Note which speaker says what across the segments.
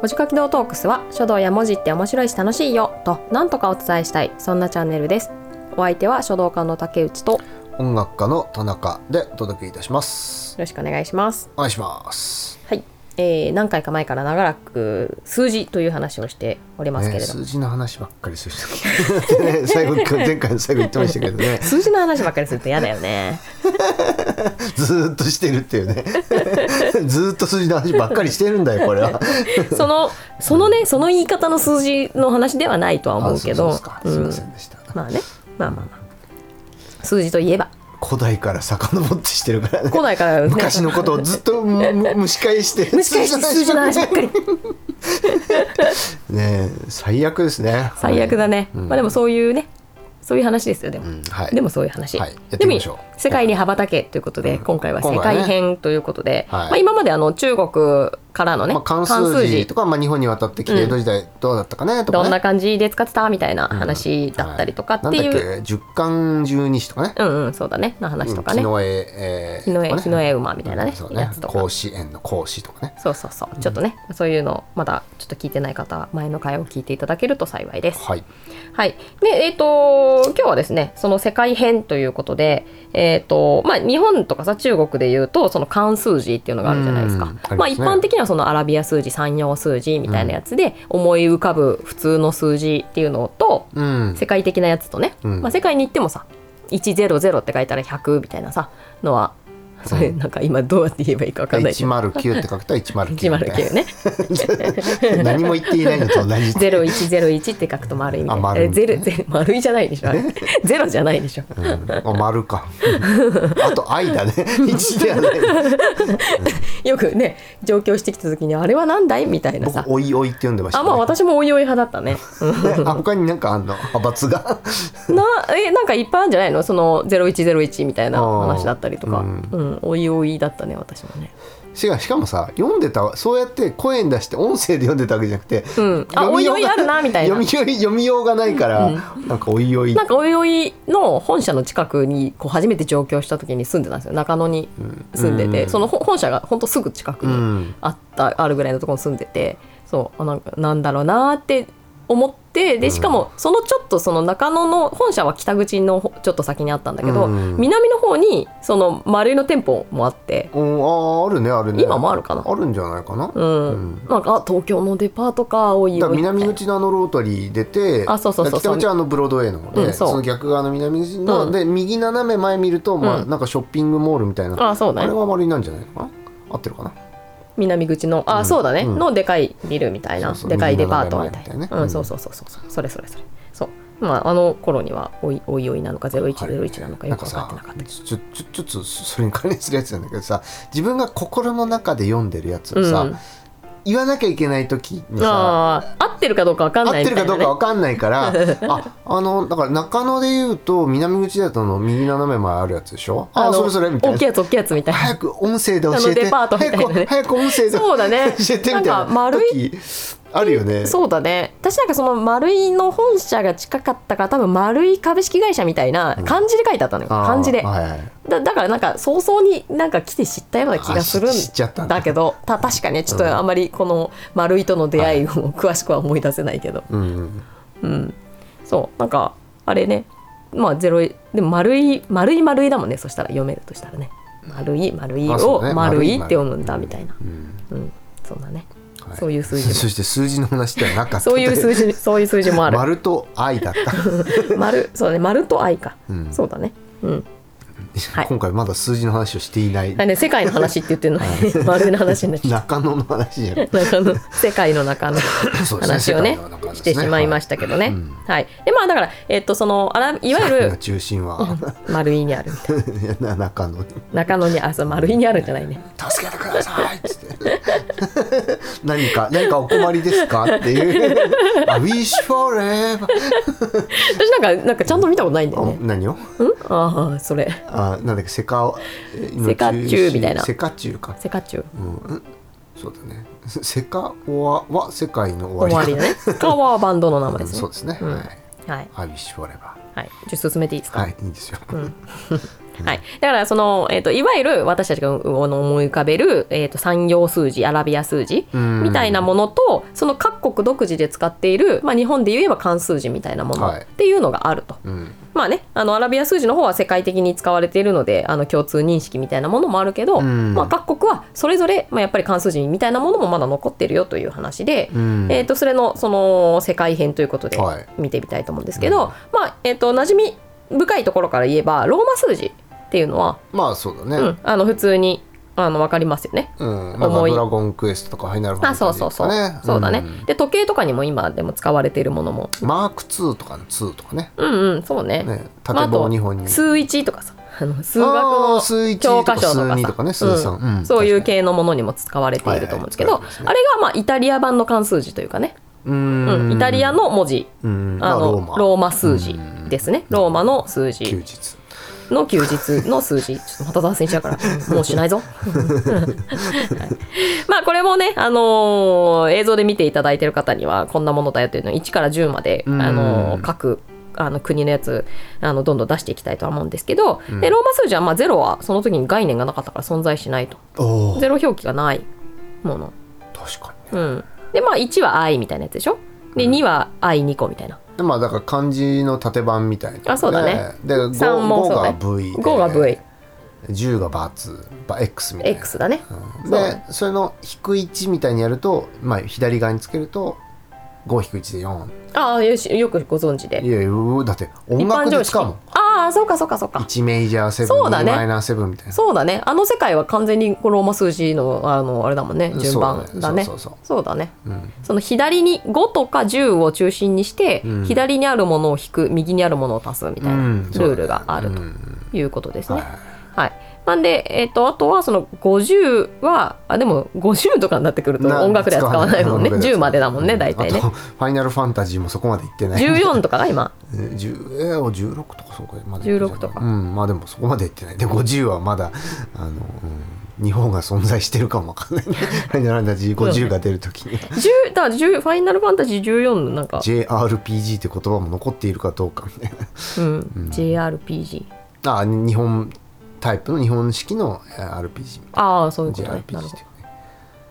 Speaker 1: 文字書き道トークスは書道や文字って面白いし楽しいよとなんとかお伝えしたいそんなチャンネルですお相手は書道家の竹内とよ
Speaker 2: 音楽家の田中でお届けいたします
Speaker 1: ろしくお願いします
Speaker 2: お願いします
Speaker 1: はい、えー、何回か前から長らく数字という話をしておりますけ
Speaker 2: ね、
Speaker 1: れども、
Speaker 2: 数字の話ばっかりする、ね、 最後前回の最後言ってましたけどね
Speaker 1: 数字の話ばっかりすると嫌だよ ね
Speaker 2: ずーっとしてるっていうね ずーっと数字の話ばっかりしてるんだよこれは
Speaker 1: そのそのねその言い方の数字の話ではないとは 思うけど
Speaker 2: あそうですかすいませんでした、
Speaker 1: うんまあねまあまあまあ数字といえば
Speaker 2: 古代から遡ってしてるからね
Speaker 1: 古代から、ね、
Speaker 2: 昔のことをずっとむむ蒸し返して
Speaker 1: 蒸し返して数字の話ばっかり
Speaker 2: ねえ最悪ですね
Speaker 1: 最悪だね、
Speaker 2: うん
Speaker 1: まあでもそういうねそういう話ですよでも、
Speaker 2: うんはい
Speaker 1: でもそういう話、
Speaker 2: はいやって
Speaker 1: で
Speaker 2: み
Speaker 1: も
Speaker 2: ましょう
Speaker 1: 世界に羽ばたけということで、今回は世界編ということで、
Speaker 2: 今回はねはい
Speaker 1: まあ、今まであの中国からのね、
Speaker 2: まあ、漢数字とか、まあ、日本に渡ってきて江戸時代どうだったかねとかね
Speaker 1: どんな感じで使ってたみたいな話だったりとかっていう、
Speaker 2: はいなんだっけ十巻十二子とかね。
Speaker 1: うんうんそうだねの話とか
Speaker 2: うん
Speaker 1: ね、
Speaker 2: 木の絵、えー
Speaker 1: 日の絵
Speaker 2: とかね
Speaker 1: 日の絵馬みたいなね
Speaker 2: うんそう
Speaker 1: や
Speaker 2: ね
Speaker 1: つと。か
Speaker 2: 甲子園の甲子とかね。
Speaker 1: そうそうそうちょっとね、そういうのまだちょっと聞いてない方は前の回を聞いていただけると幸いです。
Speaker 2: はい。
Speaker 1: はい。で、えっ、と、今日はですね、その世界編ということで、えっ、と、まあ、日本とかさ、中国で言うと、その漢数字っていうのがあるじゃないですか。
Speaker 2: うんありますね
Speaker 1: まあ、一般的にはそのアラビア数字、山陽数字みたいなやつで、思い浮かぶ普通の数字っていうのと、
Speaker 2: うん。
Speaker 1: 世界的なやつとね、
Speaker 2: うん
Speaker 1: まあ、世界に行ってもさ、100って書いたら100みたいなさ、のは、それなんか今どうやって言えばいいか分かんないけ
Speaker 2: 一
Speaker 1: ど。
Speaker 2: 丸九って書くと一丸九。
Speaker 1: 109ね。
Speaker 2: 何も言っていないのと同じ。
Speaker 1: ゼロ一ゼロ一って書くと丸いみたい
Speaker 2: あ
Speaker 1: な。
Speaker 2: 丸
Speaker 1: え
Speaker 2: い
Speaker 1: ゼロゼロ丸いじゃないで しょ。あれゼロじゃないでしょ。
Speaker 2: うん、あ丸 か。あと愛だね。一ではない。
Speaker 1: よくね上京してきた時にあれはなんだいみたいなさ
Speaker 2: 僕おいおいって読んでました、
Speaker 1: あ
Speaker 2: ね。
Speaker 1: まあ私もおいおい派だった ね。うん
Speaker 2: ねあ他になんかあんの派閥が。
Speaker 1: なえなんかいっぱいあるんじゃないのその0101みたいな話だったりとか、
Speaker 2: あ
Speaker 1: う
Speaker 2: ー
Speaker 1: ん、おいおいだったね私もね。
Speaker 2: しかしかもさ読んでたそうやって声に出して音声で読んでたわけじゃなくて、
Speaker 1: んあ
Speaker 2: 読みよ
Speaker 1: おいおいあるなみたいな
Speaker 2: 読みよい読みようがないから、なんかおいおい
Speaker 1: なんかおいおいの本社の近くにこう初めて上京した時に住んでたんですよ中野に住んでて、
Speaker 2: うん
Speaker 1: そのほ本社がほんとすぐ近く
Speaker 2: う
Speaker 1: に
Speaker 2: ん、
Speaker 1: あった、あるぐらいのところに住んでてそうあなんかなんだろうなーって思ってでしかもそのちょっとその中野の本社は北口のほちょっと先にあったんだけど、
Speaker 2: うん
Speaker 1: 南の方にその丸いの店舗もあって、
Speaker 2: うんあーあるねあるね
Speaker 1: 今もあるかな
Speaker 2: あるんじゃないかな、
Speaker 1: うん
Speaker 2: うん
Speaker 1: なんかあ東京のデパートか多い
Speaker 2: だ
Speaker 1: よ
Speaker 2: から南口のあのロータリー出て
Speaker 1: あそうそうそう
Speaker 2: だから北口はあのブロードウェイの方で、
Speaker 1: うんそう
Speaker 2: その逆側の南口の、
Speaker 1: うん
Speaker 2: で右斜め前見ると、まあ
Speaker 1: うん
Speaker 2: なんかショッピングモールみたいな、
Speaker 1: あそうだ
Speaker 2: あれ
Speaker 1: ね
Speaker 2: は丸いなんじゃないのかな合ってるかな
Speaker 1: 南口のあ、
Speaker 2: うん
Speaker 1: そうだね、
Speaker 2: うん
Speaker 1: のでかいビルみたいな
Speaker 2: そうそう
Speaker 1: でかいデパートみたいな
Speaker 2: 右斜め前みたいなね
Speaker 1: う、
Speaker 2: うんん
Speaker 1: そうそうそうそうそうそれそれそれそうまああの頃にはおいおいおいなのか0101なのかよく分かってなかったけど、
Speaker 2: んかさちょちょちょっとそれに関連するやつなんだけどさ自分が心の中で読んでるやつをさ、
Speaker 1: うん
Speaker 2: 言わなきゃいけない時にさ
Speaker 1: ああ合ってるかどうかわかん
Speaker 2: 合っ
Speaker 1: ない
Speaker 2: て
Speaker 1: み
Speaker 2: る
Speaker 1: た
Speaker 2: か
Speaker 1: いな、
Speaker 2: どう
Speaker 1: ね、
Speaker 2: かわかんないからああのだから中野で言うと南口だとあの右斜め前あるやつでしょあ
Speaker 1: あの
Speaker 2: それそれみたい
Speaker 1: 大きい
Speaker 2: な
Speaker 1: やつ大きいやつ みたいな
Speaker 2: 早く音声で教
Speaker 1: あの
Speaker 2: えて
Speaker 1: デパートみたいなね
Speaker 2: 早く早く音声で
Speaker 1: そうだね
Speaker 2: 教えてみたい
Speaker 1: なんか
Speaker 2: な
Speaker 1: 丸い
Speaker 2: 時あるよね
Speaker 1: そうだね私なんかその丸井の本社が近かったから多分丸井株式会社みたいな漢字で書いてあったのよ、
Speaker 2: あー
Speaker 1: 漢字で
Speaker 2: はいはい
Speaker 1: だだからなんか早々になんか来て知ったような気がする
Speaker 2: あ知知っちゃった
Speaker 1: ん
Speaker 2: んだ
Speaker 1: だけどた確かねちょっとあんまりこの丸井との出会いを詳しくは思い出せないけど、
Speaker 2: うんうん
Speaker 1: うん、そうなんかあれねまあゼロでも丸い丸い丸いだもんねそしたら読めるとしたらね丸い丸い
Speaker 2: あそ
Speaker 1: を
Speaker 2: うね
Speaker 1: 丸い
Speaker 2: 丸い
Speaker 1: って読むんだみたいな、
Speaker 2: うん
Speaker 1: うん、そうだね
Speaker 2: は
Speaker 1: そういう数字も
Speaker 2: そして数字の話ではなかった
Speaker 1: そういう数字そういう数字もある
Speaker 2: 丸と愛だった
Speaker 1: 丸そうだね丸と愛か、
Speaker 2: うん
Speaker 1: そうだねうんはい
Speaker 2: 今回まだ数字の話をしていない、
Speaker 1: あね世界の話って言ってるのに 丸の話になっちゃう
Speaker 2: 中野の話じゃん
Speaker 1: 中 の世界の中の
Speaker 2: そうです
Speaker 1: 話
Speaker 2: ね
Speaker 1: をね
Speaker 2: 世界の中ですね
Speaker 1: してしまいましたけどね、はいでまあだからえっとそのあらいわゆ
Speaker 2: 世界の
Speaker 1: る
Speaker 2: 中心は
Speaker 1: 丸いにあるみたい
Speaker 2: 中野に
Speaker 1: な中野にあそう丸いにあるんじゃないね
Speaker 2: 「助けてください」っつって「何か何かお困りですか?」っていう 「I wish for ever
Speaker 1: 私なんかなんかちゃんと見たことないんだ」よ
Speaker 2: あ
Speaker 1: ね
Speaker 2: 何を
Speaker 1: うんああそれ
Speaker 2: あなんだっけセカの
Speaker 1: セカチュウみたいな
Speaker 2: セカチュウか
Speaker 1: セカチュウ
Speaker 2: うん、うん、そうだねセカオアは世界の
Speaker 1: 終
Speaker 2: 終わ
Speaker 1: わ
Speaker 2: り
Speaker 1: りだねカワーバンドの名前
Speaker 2: う
Speaker 1: で
Speaker 2: ん
Speaker 1: すね
Speaker 2: そうですね、
Speaker 1: ん
Speaker 2: はい
Speaker 1: はい
Speaker 2: 「I wish for ever
Speaker 1: はいじゃあ進めていいです」か
Speaker 2: はいいいんですよ、
Speaker 1: んはい、だからその、えー、といわゆる私たちがうう思い浮かべる、えー、と産業数字アラビア数字
Speaker 2: うん
Speaker 1: みたいなものとその各国独自で使っている、まあ、日本で言えば漢数字みたいなもの
Speaker 2: はい
Speaker 1: っていうのがあると、
Speaker 2: うん
Speaker 1: まあねあのアラビア数字の方は世界的に使われているのであの共通認識みたいなものもあるけど、
Speaker 2: うん
Speaker 1: まあ、各国はそれぞれ、まあ、やっぱり漢数字みたいなものもまだ残ってるよという話で、
Speaker 2: うん
Speaker 1: えー、とそれのその世界編ということで
Speaker 2: はい
Speaker 1: 見てみたいと思うんですけど、まあえー、と馴染み深いところから言えばローマ数字っていうのは、
Speaker 2: まあそうだ
Speaker 1: う
Speaker 2: ね、
Speaker 1: ん、あの普通にあの分かりますよね。
Speaker 2: うんなんか
Speaker 1: 重い
Speaker 2: ドラゴンクエストとかファイナルファ
Speaker 1: あ
Speaker 2: ンタ
Speaker 1: そう
Speaker 2: ジー
Speaker 1: そう
Speaker 2: と
Speaker 1: そう、
Speaker 2: かね
Speaker 1: そうだね
Speaker 2: ん
Speaker 1: で時計とかにも今でも使われているものも
Speaker 2: マーク2とかの2とかね
Speaker 1: うんうんそうね
Speaker 2: ね
Speaker 1: まあ
Speaker 2: 縦
Speaker 1: あと
Speaker 2: 棒2本に
Speaker 1: 数一とかさあの数学
Speaker 2: あ
Speaker 1: の
Speaker 2: ー数一
Speaker 1: 教科書と
Speaker 2: とか
Speaker 1: か
Speaker 2: 数
Speaker 1: さ
Speaker 2: 二とかね数三
Speaker 1: うん
Speaker 2: うん
Speaker 1: そういう系のものにも使われていると思うんですけど、
Speaker 2: はいはい使わ
Speaker 1: あ
Speaker 2: れ
Speaker 1: れがまあイタリア版の漢数字というかね、
Speaker 2: う
Speaker 1: うん
Speaker 2: ん
Speaker 1: イタリアの文字
Speaker 2: うんま
Speaker 1: あ
Speaker 2: あ
Speaker 1: の
Speaker 2: ロ
Speaker 1: ロー
Speaker 2: ーマ
Speaker 1: マ数字ですねローマの数
Speaker 2: 休
Speaker 1: 字
Speaker 2: 日
Speaker 1: の休日の数 字ちょっとまた脱線しちゃうからもうしないぞ、 はいまあこれもね、あのー映像で見ていただいてる方にはこんなものだよというのを1から10まで、あ
Speaker 2: うん
Speaker 1: のー各あの国のやつあのどんどん出していきたいとは思うんですけど、でローマ数字はまあ0はその時に概念がなかったから存在しないと
Speaker 2: おお
Speaker 1: ゼロ表記がないもの
Speaker 2: 確かにね
Speaker 1: うん、でまあ1は「i」みたいなやつでしょで2は「i2 個」みたいな
Speaker 2: でまあだから漢字の縦版みたいなのね
Speaker 1: あそうだね
Speaker 2: で5
Speaker 1: 三もそう
Speaker 2: が
Speaker 1: ね
Speaker 2: V で
Speaker 1: 5が V
Speaker 2: 10がバツば X みたいな
Speaker 1: X だね
Speaker 2: うん
Speaker 1: そうね
Speaker 2: でそれの低い1みたいにやるとまあ左側につけると5 1で4
Speaker 1: ああよしよくご存知で
Speaker 2: いやいやううだって音
Speaker 1: 一
Speaker 2: 楽
Speaker 1: 般常
Speaker 2: で
Speaker 1: 識
Speaker 2: 使うもん
Speaker 1: ああそうかそうかそうか
Speaker 2: 1メジャーセブン
Speaker 1: そうだ
Speaker 2: 2
Speaker 1: ね
Speaker 2: マイナーセブンみたいな
Speaker 1: そうだねあの世界は完全にこうローマ数字のあのあれだもんね
Speaker 2: うん
Speaker 1: 順番
Speaker 2: そう
Speaker 1: だ
Speaker 2: だ
Speaker 1: ね
Speaker 2: ね
Speaker 1: そ
Speaker 2: そううそうそう
Speaker 1: だね
Speaker 2: うん
Speaker 1: その左に5とか10を中心にして、
Speaker 2: うん
Speaker 1: 左にあるものを引く右にあるものを足すみたいな
Speaker 2: うん
Speaker 1: ル
Speaker 2: そうだね
Speaker 1: ールがある
Speaker 2: うん
Speaker 1: ということですね、
Speaker 2: はい
Speaker 1: はい。なんで、えっとあとはその50はあでも50とかになってくると
Speaker 2: な
Speaker 1: 音楽では使わないもんね
Speaker 2: 音楽では使わない
Speaker 1: 10までだもんね
Speaker 2: う
Speaker 1: 大体ね
Speaker 2: あとファイナルファンタジーもそこまで行 ってない
Speaker 1: 14とかが今
Speaker 2: えー10えー16とかそこまで行ってんじゃな
Speaker 1: 16
Speaker 2: い
Speaker 1: とか
Speaker 2: うんまあでもそこまで行ってないで50はまだあの、うん日本が存在してるかも わかんないねファイナルファンタジー50が出るときに
Speaker 1: 10だから10ファイナルファンタジー14のなんか、
Speaker 2: JRPG って言葉も残っているかどうか みたい
Speaker 1: うん、JRPG
Speaker 2: なあ日本タイプの日本式のえー RPG み
Speaker 1: ああそういうこ
Speaker 2: たい
Speaker 1: と
Speaker 2: な
Speaker 1: ね
Speaker 2: JRPG
Speaker 1: なるほど
Speaker 2: っていうね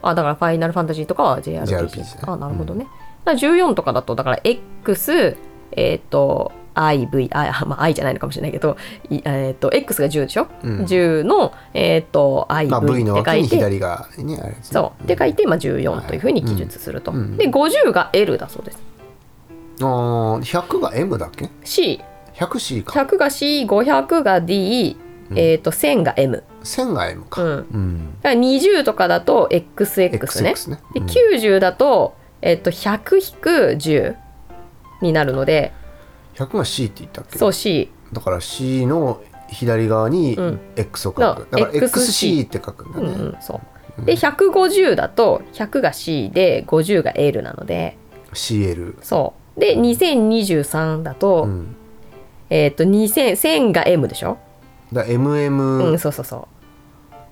Speaker 1: あだからファイナルファンタジーとかは JRPG,
Speaker 2: JRPG ね
Speaker 1: あなるほどね、だから14とかだとだから X えっ、と IV あ、まあ、I じゃないのかもしれないけど、いえっと X が10でしょ、
Speaker 2: うん
Speaker 1: 10の、えっと IV
Speaker 2: まあ、V の
Speaker 1: って書
Speaker 2: 脇
Speaker 1: い
Speaker 2: に
Speaker 1: て
Speaker 2: 左がねあれですね
Speaker 1: そうって書いて、まあ、14というふうに記述すると、
Speaker 2: はいうん
Speaker 1: で50が L だそうです
Speaker 2: あー100が M だっけ
Speaker 1: C100
Speaker 2: 100C か
Speaker 1: が C500 が D、えー、と1000が M
Speaker 2: 1000が M か、
Speaker 1: うん
Speaker 2: うん
Speaker 1: だから20とかだと XX ね
Speaker 2: XX ね
Speaker 1: で
Speaker 2: うん
Speaker 1: 90だと,、えー、と100-10になるので
Speaker 2: 100が C って言ったっけ
Speaker 1: そう C
Speaker 2: だから C の左側に
Speaker 1: うん
Speaker 2: X を書く、
Speaker 1: だ
Speaker 2: だ
Speaker 1: か
Speaker 2: からら
Speaker 1: XC
Speaker 2: XC って書くんだ
Speaker 1: うん
Speaker 2: ね、
Speaker 1: うんそうで150だと100が C で50が L なので
Speaker 2: CL、
Speaker 1: そうで2023だと,、
Speaker 2: うん、
Speaker 1: えー、と2000 1000が M でしょ、
Speaker 2: だから
Speaker 1: うん、
Speaker 2: MM、
Speaker 1: そうそうそう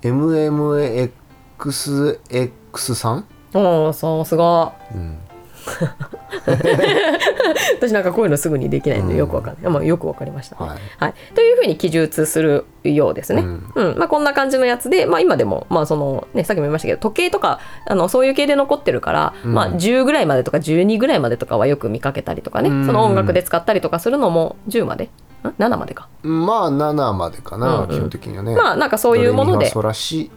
Speaker 2: MMXX3、
Speaker 1: おーそうすごい
Speaker 2: うん、
Speaker 1: 私なんかこういうのすぐにできないんで
Speaker 2: うん
Speaker 1: よくわかんない、まあ、よくわかりました、ね
Speaker 2: はい
Speaker 1: というふうに記述するようですね、う
Speaker 2: うんん
Speaker 1: まあ、こんな感じのやつで、まあ、今でも、まあそのね、さっきも言いましたけど時計とかあのそういう系で残ってるから、
Speaker 2: うん
Speaker 1: まあ、10ぐらいまでとか12ぐらいまでとかはよく見かけたりとかね、
Speaker 2: うん
Speaker 1: その音楽で使ったりとかするのも10までん7までか、
Speaker 2: まあ7までかな、
Speaker 1: うんうん
Speaker 2: 基本的にはね、
Speaker 1: まあ
Speaker 2: あ
Speaker 1: なんかそういうもので
Speaker 2: そらし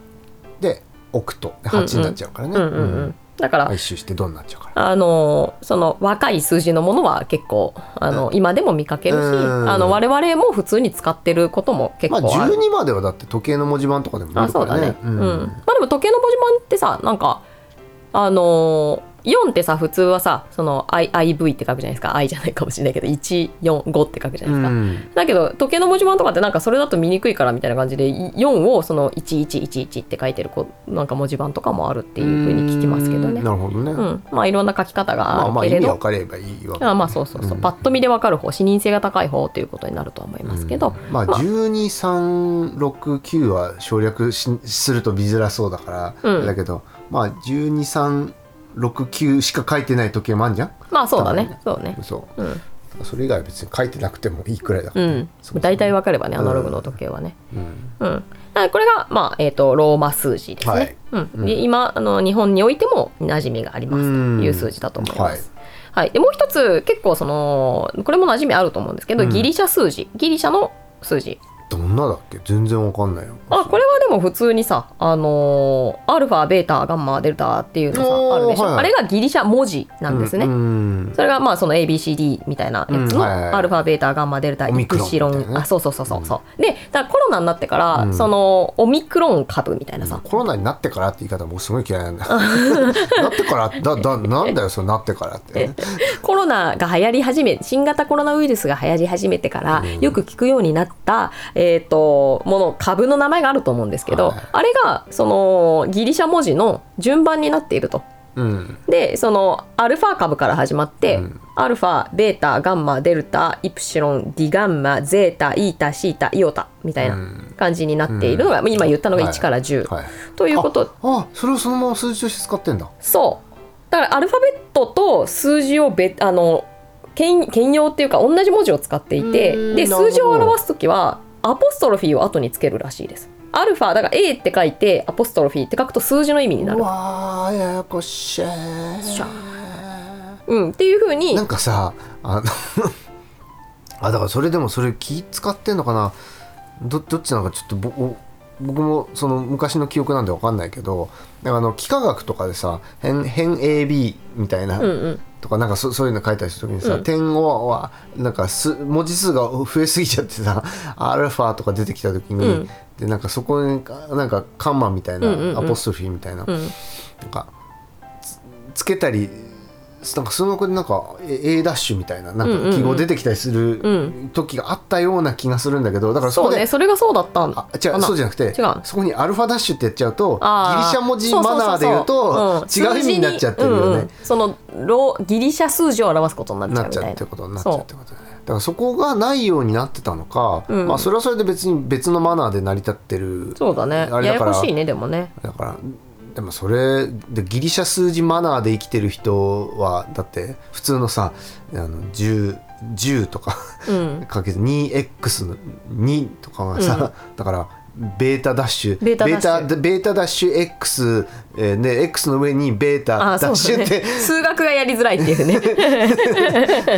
Speaker 2: でオクトで8になっちゃうからね、
Speaker 1: うんうんうんだから、
Speaker 2: 回収してどうになっちゃうから
Speaker 1: あのその若い数字のものは結構あの今でも見かけるし、
Speaker 2: うん
Speaker 1: あの我々も普通に使ってることも結
Speaker 2: まあ
Speaker 1: 構ある、
Speaker 2: 12まではだって時計の文字盤とかでも
Speaker 1: あ
Speaker 2: 出るか
Speaker 1: そうだ
Speaker 2: ら
Speaker 1: ね
Speaker 2: ね、
Speaker 1: うん、まあでも時計の文字盤ってさなんかあのー、4ってさ普通はさその I IV って書くじゃないですか I じゃないかもしれないけど145って書くじゃないですか、
Speaker 2: うん
Speaker 1: だけど時計の文字盤とかってなんかそれだと見にくいからみたいな感じで4をその1111って書いてるこうなんか文字盤とかもあるっていうふうに聞きますけどね
Speaker 2: なるほどね、
Speaker 1: うん、まあいろんな書き方
Speaker 2: まあ
Speaker 1: が
Speaker 2: ま
Speaker 1: あ
Speaker 2: あ
Speaker 1: る
Speaker 2: 意
Speaker 1: けれ
Speaker 2: 味
Speaker 1: ど、
Speaker 2: 分かればいいわけ
Speaker 1: あまあそうそうそう、
Speaker 2: うん
Speaker 1: パッと見でわかる方視認性が高い方ということになるとは思いますけど、
Speaker 2: うんまあ12369は省略しすると見づらそうだから、
Speaker 1: うん
Speaker 2: だけどまあ12369しか書いてない時計もあんじゃん
Speaker 1: まあそうだね
Speaker 2: 多
Speaker 1: そ
Speaker 2: 分
Speaker 1: うね
Speaker 2: そ
Speaker 1: うん
Speaker 2: それ以外は別に書いてなくてもいいくらいだか
Speaker 1: う
Speaker 2: らね、
Speaker 1: ん
Speaker 2: そもそも
Speaker 1: 大体わかればねアナログの時計はね、
Speaker 2: うん
Speaker 1: うん、だからこれが、まあえー、とローマ数字ですね、
Speaker 2: はい
Speaker 1: うん、で今あの日本においても馴染みがあります
Speaker 2: うん
Speaker 1: という数字だと思います。はいでもう一つ結構そのこれも馴染みあると思うんですけど、
Speaker 2: うん
Speaker 1: ギリシャ数字ギリシャの数字
Speaker 2: どんなだっけ全然わかんないよ
Speaker 1: あこれはでも普通にさあのーアルファベータガンマデルタっていうのさ
Speaker 2: おー
Speaker 1: あるでしょ、
Speaker 2: はい
Speaker 1: あれがギリシャ文字なんですね、
Speaker 2: うんうん
Speaker 1: それがまあその ABCD みたいなやつ
Speaker 2: うんはいはいはい
Speaker 1: のアルファベータガンマデルタ
Speaker 2: オ
Speaker 1: イ
Speaker 2: ミク
Speaker 1: ク
Speaker 2: ロンみ
Speaker 1: シロ
Speaker 2: たいなね
Speaker 1: ンあそうそうそうそうそうでだからコロナになってから、
Speaker 2: うん
Speaker 1: そのオミクロン株みたいなさ、
Speaker 2: コロナになってからって言い方もすごい嫌いな んだなってからだだなんだよそれなってからってね
Speaker 1: コロナが流行り始め新型コロナウイルスが流行り始めてから、
Speaker 2: うん
Speaker 1: よく聞くようになった、えー、ともの株の名前があると思うんですけど、
Speaker 2: はい
Speaker 1: あれがそのギリシャ文字の順番になっていると。
Speaker 2: うん
Speaker 1: でそのアルファ株から始まって、
Speaker 2: うん
Speaker 1: アルファベータガンマデルタイプシロンディガンマゼータイータシータイオタみたいな感じになっているのが、
Speaker 2: うん
Speaker 1: 今言ったのが
Speaker 2: はい
Speaker 1: 1から10。
Speaker 2: はい
Speaker 1: ということ
Speaker 2: あそれをそのまま数字として使ってんだ
Speaker 1: そうだからアルファベットと数字をべあの兼兼用っていうか同じ文字を使っていう
Speaker 2: ー
Speaker 1: て
Speaker 2: ん
Speaker 1: で
Speaker 2: なるほど
Speaker 1: 数字を表す時はアポストロフィーを後につけるらしいですアルファだから A って書いてアポストロフィーって書くと数字の意味にな
Speaker 2: う
Speaker 1: る
Speaker 2: わーややこしい
Speaker 1: しゃうんっていうふうに
Speaker 2: なんかさあの あだからそれでもそれ気使ってんのかなどどっちなのかちょっとぼお僕もその昔の記憶なんでわかんないけどあの幾何学とかでさ変変 AB みたいな、
Speaker 1: うんうん
Speaker 2: とかなんかそそういうの書いたりするときにさ、
Speaker 1: うん
Speaker 2: 点をはなんかす文字数が増えすぎちゃってさ アルファとか出てきたときに、
Speaker 1: うん
Speaker 2: でなんかそこにかなんかカンマみたいな、
Speaker 1: うんうんうん
Speaker 2: アポストフィーみたいな、
Speaker 1: うん
Speaker 2: なんかつつけたりなんか数学でなんかえ A ダッシュみたいなな
Speaker 1: うんうんうんん
Speaker 2: か記号出てきたりす
Speaker 1: う
Speaker 2: る時があったような気がするんだけどだからそ
Speaker 1: そ
Speaker 2: こ
Speaker 1: うね
Speaker 2: で。
Speaker 1: それがそうだったんだ
Speaker 2: あ違うそうじゃなくて
Speaker 1: 違う
Speaker 2: そこにアルファダッシュってやっちゃうとギリ
Speaker 1: あー
Speaker 2: シャ文字
Speaker 1: そうそ
Speaker 2: マ
Speaker 1: うそ
Speaker 2: ナー
Speaker 1: う
Speaker 2: で
Speaker 1: そう
Speaker 2: 言う
Speaker 1: ん
Speaker 2: と違う意味になっちゃってるよ
Speaker 1: 数字にうん
Speaker 2: ね。
Speaker 1: うんそのロギリシャ数字を表すことになっちゃうみ
Speaker 2: なっち
Speaker 1: た
Speaker 2: ゃう
Speaker 1: い
Speaker 2: ってことにな
Speaker 1: な
Speaker 2: っちゃう
Speaker 1: そ
Speaker 2: ってことだよねだからそこがないようになってたのか、
Speaker 1: うん
Speaker 2: まあそれはそれで別に別のマナーで成り立ってる
Speaker 1: うそうだね
Speaker 2: あれ
Speaker 1: やや
Speaker 2: だから
Speaker 1: こしいねでもね
Speaker 2: だからでもそれでギリシャ数字マナーで生きてる人はだって普通のさあの 10, 10とか
Speaker 1: うん
Speaker 2: かけて 2x の2とかがさ、だからベータダッシュ
Speaker 1: ベータダッシュ
Speaker 2: ベータベータダッシュ X、えーね、X の上にベー
Speaker 1: あ
Speaker 2: タ
Speaker 1: あそ
Speaker 2: ダ
Speaker 1: う
Speaker 2: ッシ
Speaker 1: だ
Speaker 2: ュ
Speaker 1: ね
Speaker 2: って、
Speaker 1: 数学がやりづらいっていうね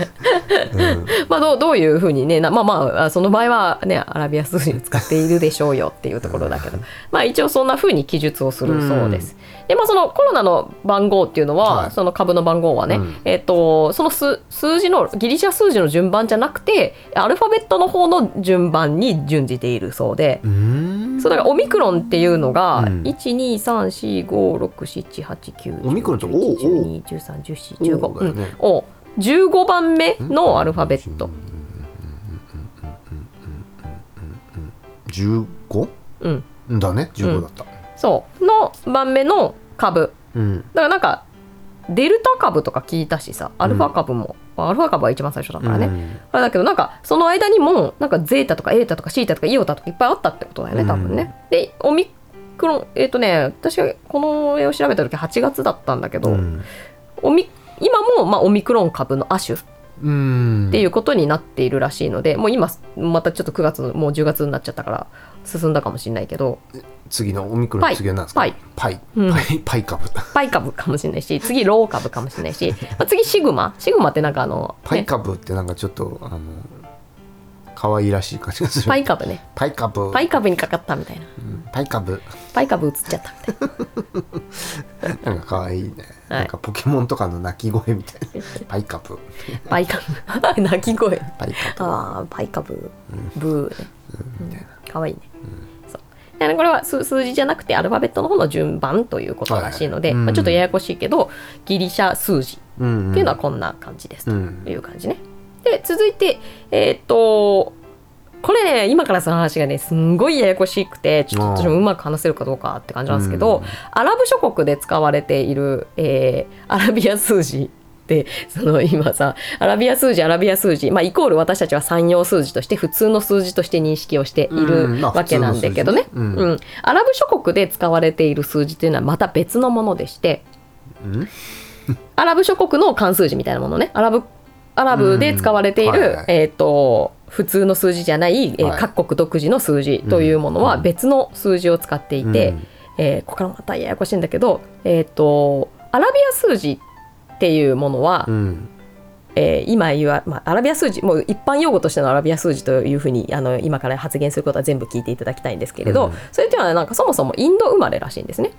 Speaker 1: まあどうどういうふうにねなまあまああその場合はねアラビア数字を使っているでしょうよっていうところだけどまあ一応そんなふうに記述をするそうです。でまあそのコロナの番号っていうのは、
Speaker 2: はい
Speaker 1: その株の番号はね、
Speaker 2: うん
Speaker 1: えっ、とその数数字のギリシャ数字の順番じゃなくてアルファベットの方の順番に準じているそうで。
Speaker 2: うーん
Speaker 1: そうだからオミクロンっていうのが、
Speaker 2: うん
Speaker 1: 123456789
Speaker 2: オミクロンっておおだよね
Speaker 1: 121231415を15番目 のアルファベット、
Speaker 2: 15?
Speaker 1: うん、
Speaker 2: だね15だった、
Speaker 1: そうの番目の株
Speaker 2: うん
Speaker 1: だからなんかデルタ株とか聞いたしさアルファ株も、アルファ株は一番最初だからね、
Speaker 2: うん
Speaker 1: あれだけどなんかその間にもなんかゼータとかエータとかシータとかイオタとかいっぱいあったってことだよね多分ね。でオミクロンえっ、とね私がこの絵を調べた時8月だったんだけど、
Speaker 2: うん
Speaker 1: オミ今もまあオミクロン株の亜種っ
Speaker 2: うん
Speaker 1: ていうことになっているらしいので、もう今またちょっと9月もう10月になっちゃったから進んだかもしれないけど
Speaker 2: 次のオミクロンの次は何ですか
Speaker 1: パイ
Speaker 2: パイ
Speaker 1: うん
Speaker 2: パイパイ株
Speaker 1: パイ株かもしれないし次ロー株かもしれないし、まあ、次シグマシグマってなんかあの、
Speaker 2: パイ
Speaker 1: ね、
Speaker 2: 株ってなんかちょっとあの可愛いらしい感じがする
Speaker 1: パイ株ね
Speaker 2: パイ株
Speaker 1: パイ株にかかったみたいな
Speaker 2: うんパ イ株
Speaker 1: パイ株移っちゃったみたい
Speaker 2: なんか可愛いね
Speaker 1: はい
Speaker 2: なんかポケモンとかの鳴き声みたい なパイ株
Speaker 1: なパイ株 鳴き声
Speaker 2: パイ株
Speaker 1: ああパイ株ブーね
Speaker 2: みたいな
Speaker 1: 可愛いね、そうだからこれは数数字じゃなくてアルファベットの方の順番ということらしいので、
Speaker 2: はいはい
Speaker 1: ま
Speaker 2: う
Speaker 1: あ、
Speaker 2: ん
Speaker 1: ちょっとややこしいけどギリシャ数字
Speaker 2: うん
Speaker 1: っていうのはこんな感じですと
Speaker 2: うん
Speaker 1: いう感じね。で続いてえーっとこれね今からその話がねすんごいややこしくてちょっと私もうまく話せるかどうかって感じなんですけど、
Speaker 2: うん
Speaker 1: アラブ諸国で使われている、えーアラビア数字でその今さアラビア数字アラビア数字、まあ、イコール私たちは産用数字として普通の数字として認識をしてい
Speaker 2: うん
Speaker 1: る
Speaker 2: まあ
Speaker 1: わけなんだけどね
Speaker 2: 普通の数字ねう
Speaker 1: うんアラブ諸国で使われている数字というのはまた別のものでして。
Speaker 2: うん
Speaker 1: アラブ諸国の漢数字みたいなものねアラブアラブで使われている、
Speaker 2: うんはいはい
Speaker 1: えー、と普通の数字じゃない、えー
Speaker 2: はい
Speaker 1: 各国独自の数字というものは
Speaker 2: うん
Speaker 1: 別の数字を使っていて、えーここからまたややこしいんだけど、えー、とアラビア数字っていうものは、
Speaker 2: うん
Speaker 1: えー今言わ、まあ、アラビア数字もう一般用語としてのアラビア数字というふうにあの今から発言することは全部聞いていただきたいんですけれど、
Speaker 2: うん
Speaker 1: それというのはなんかそもそもインド生まれらしいんですね。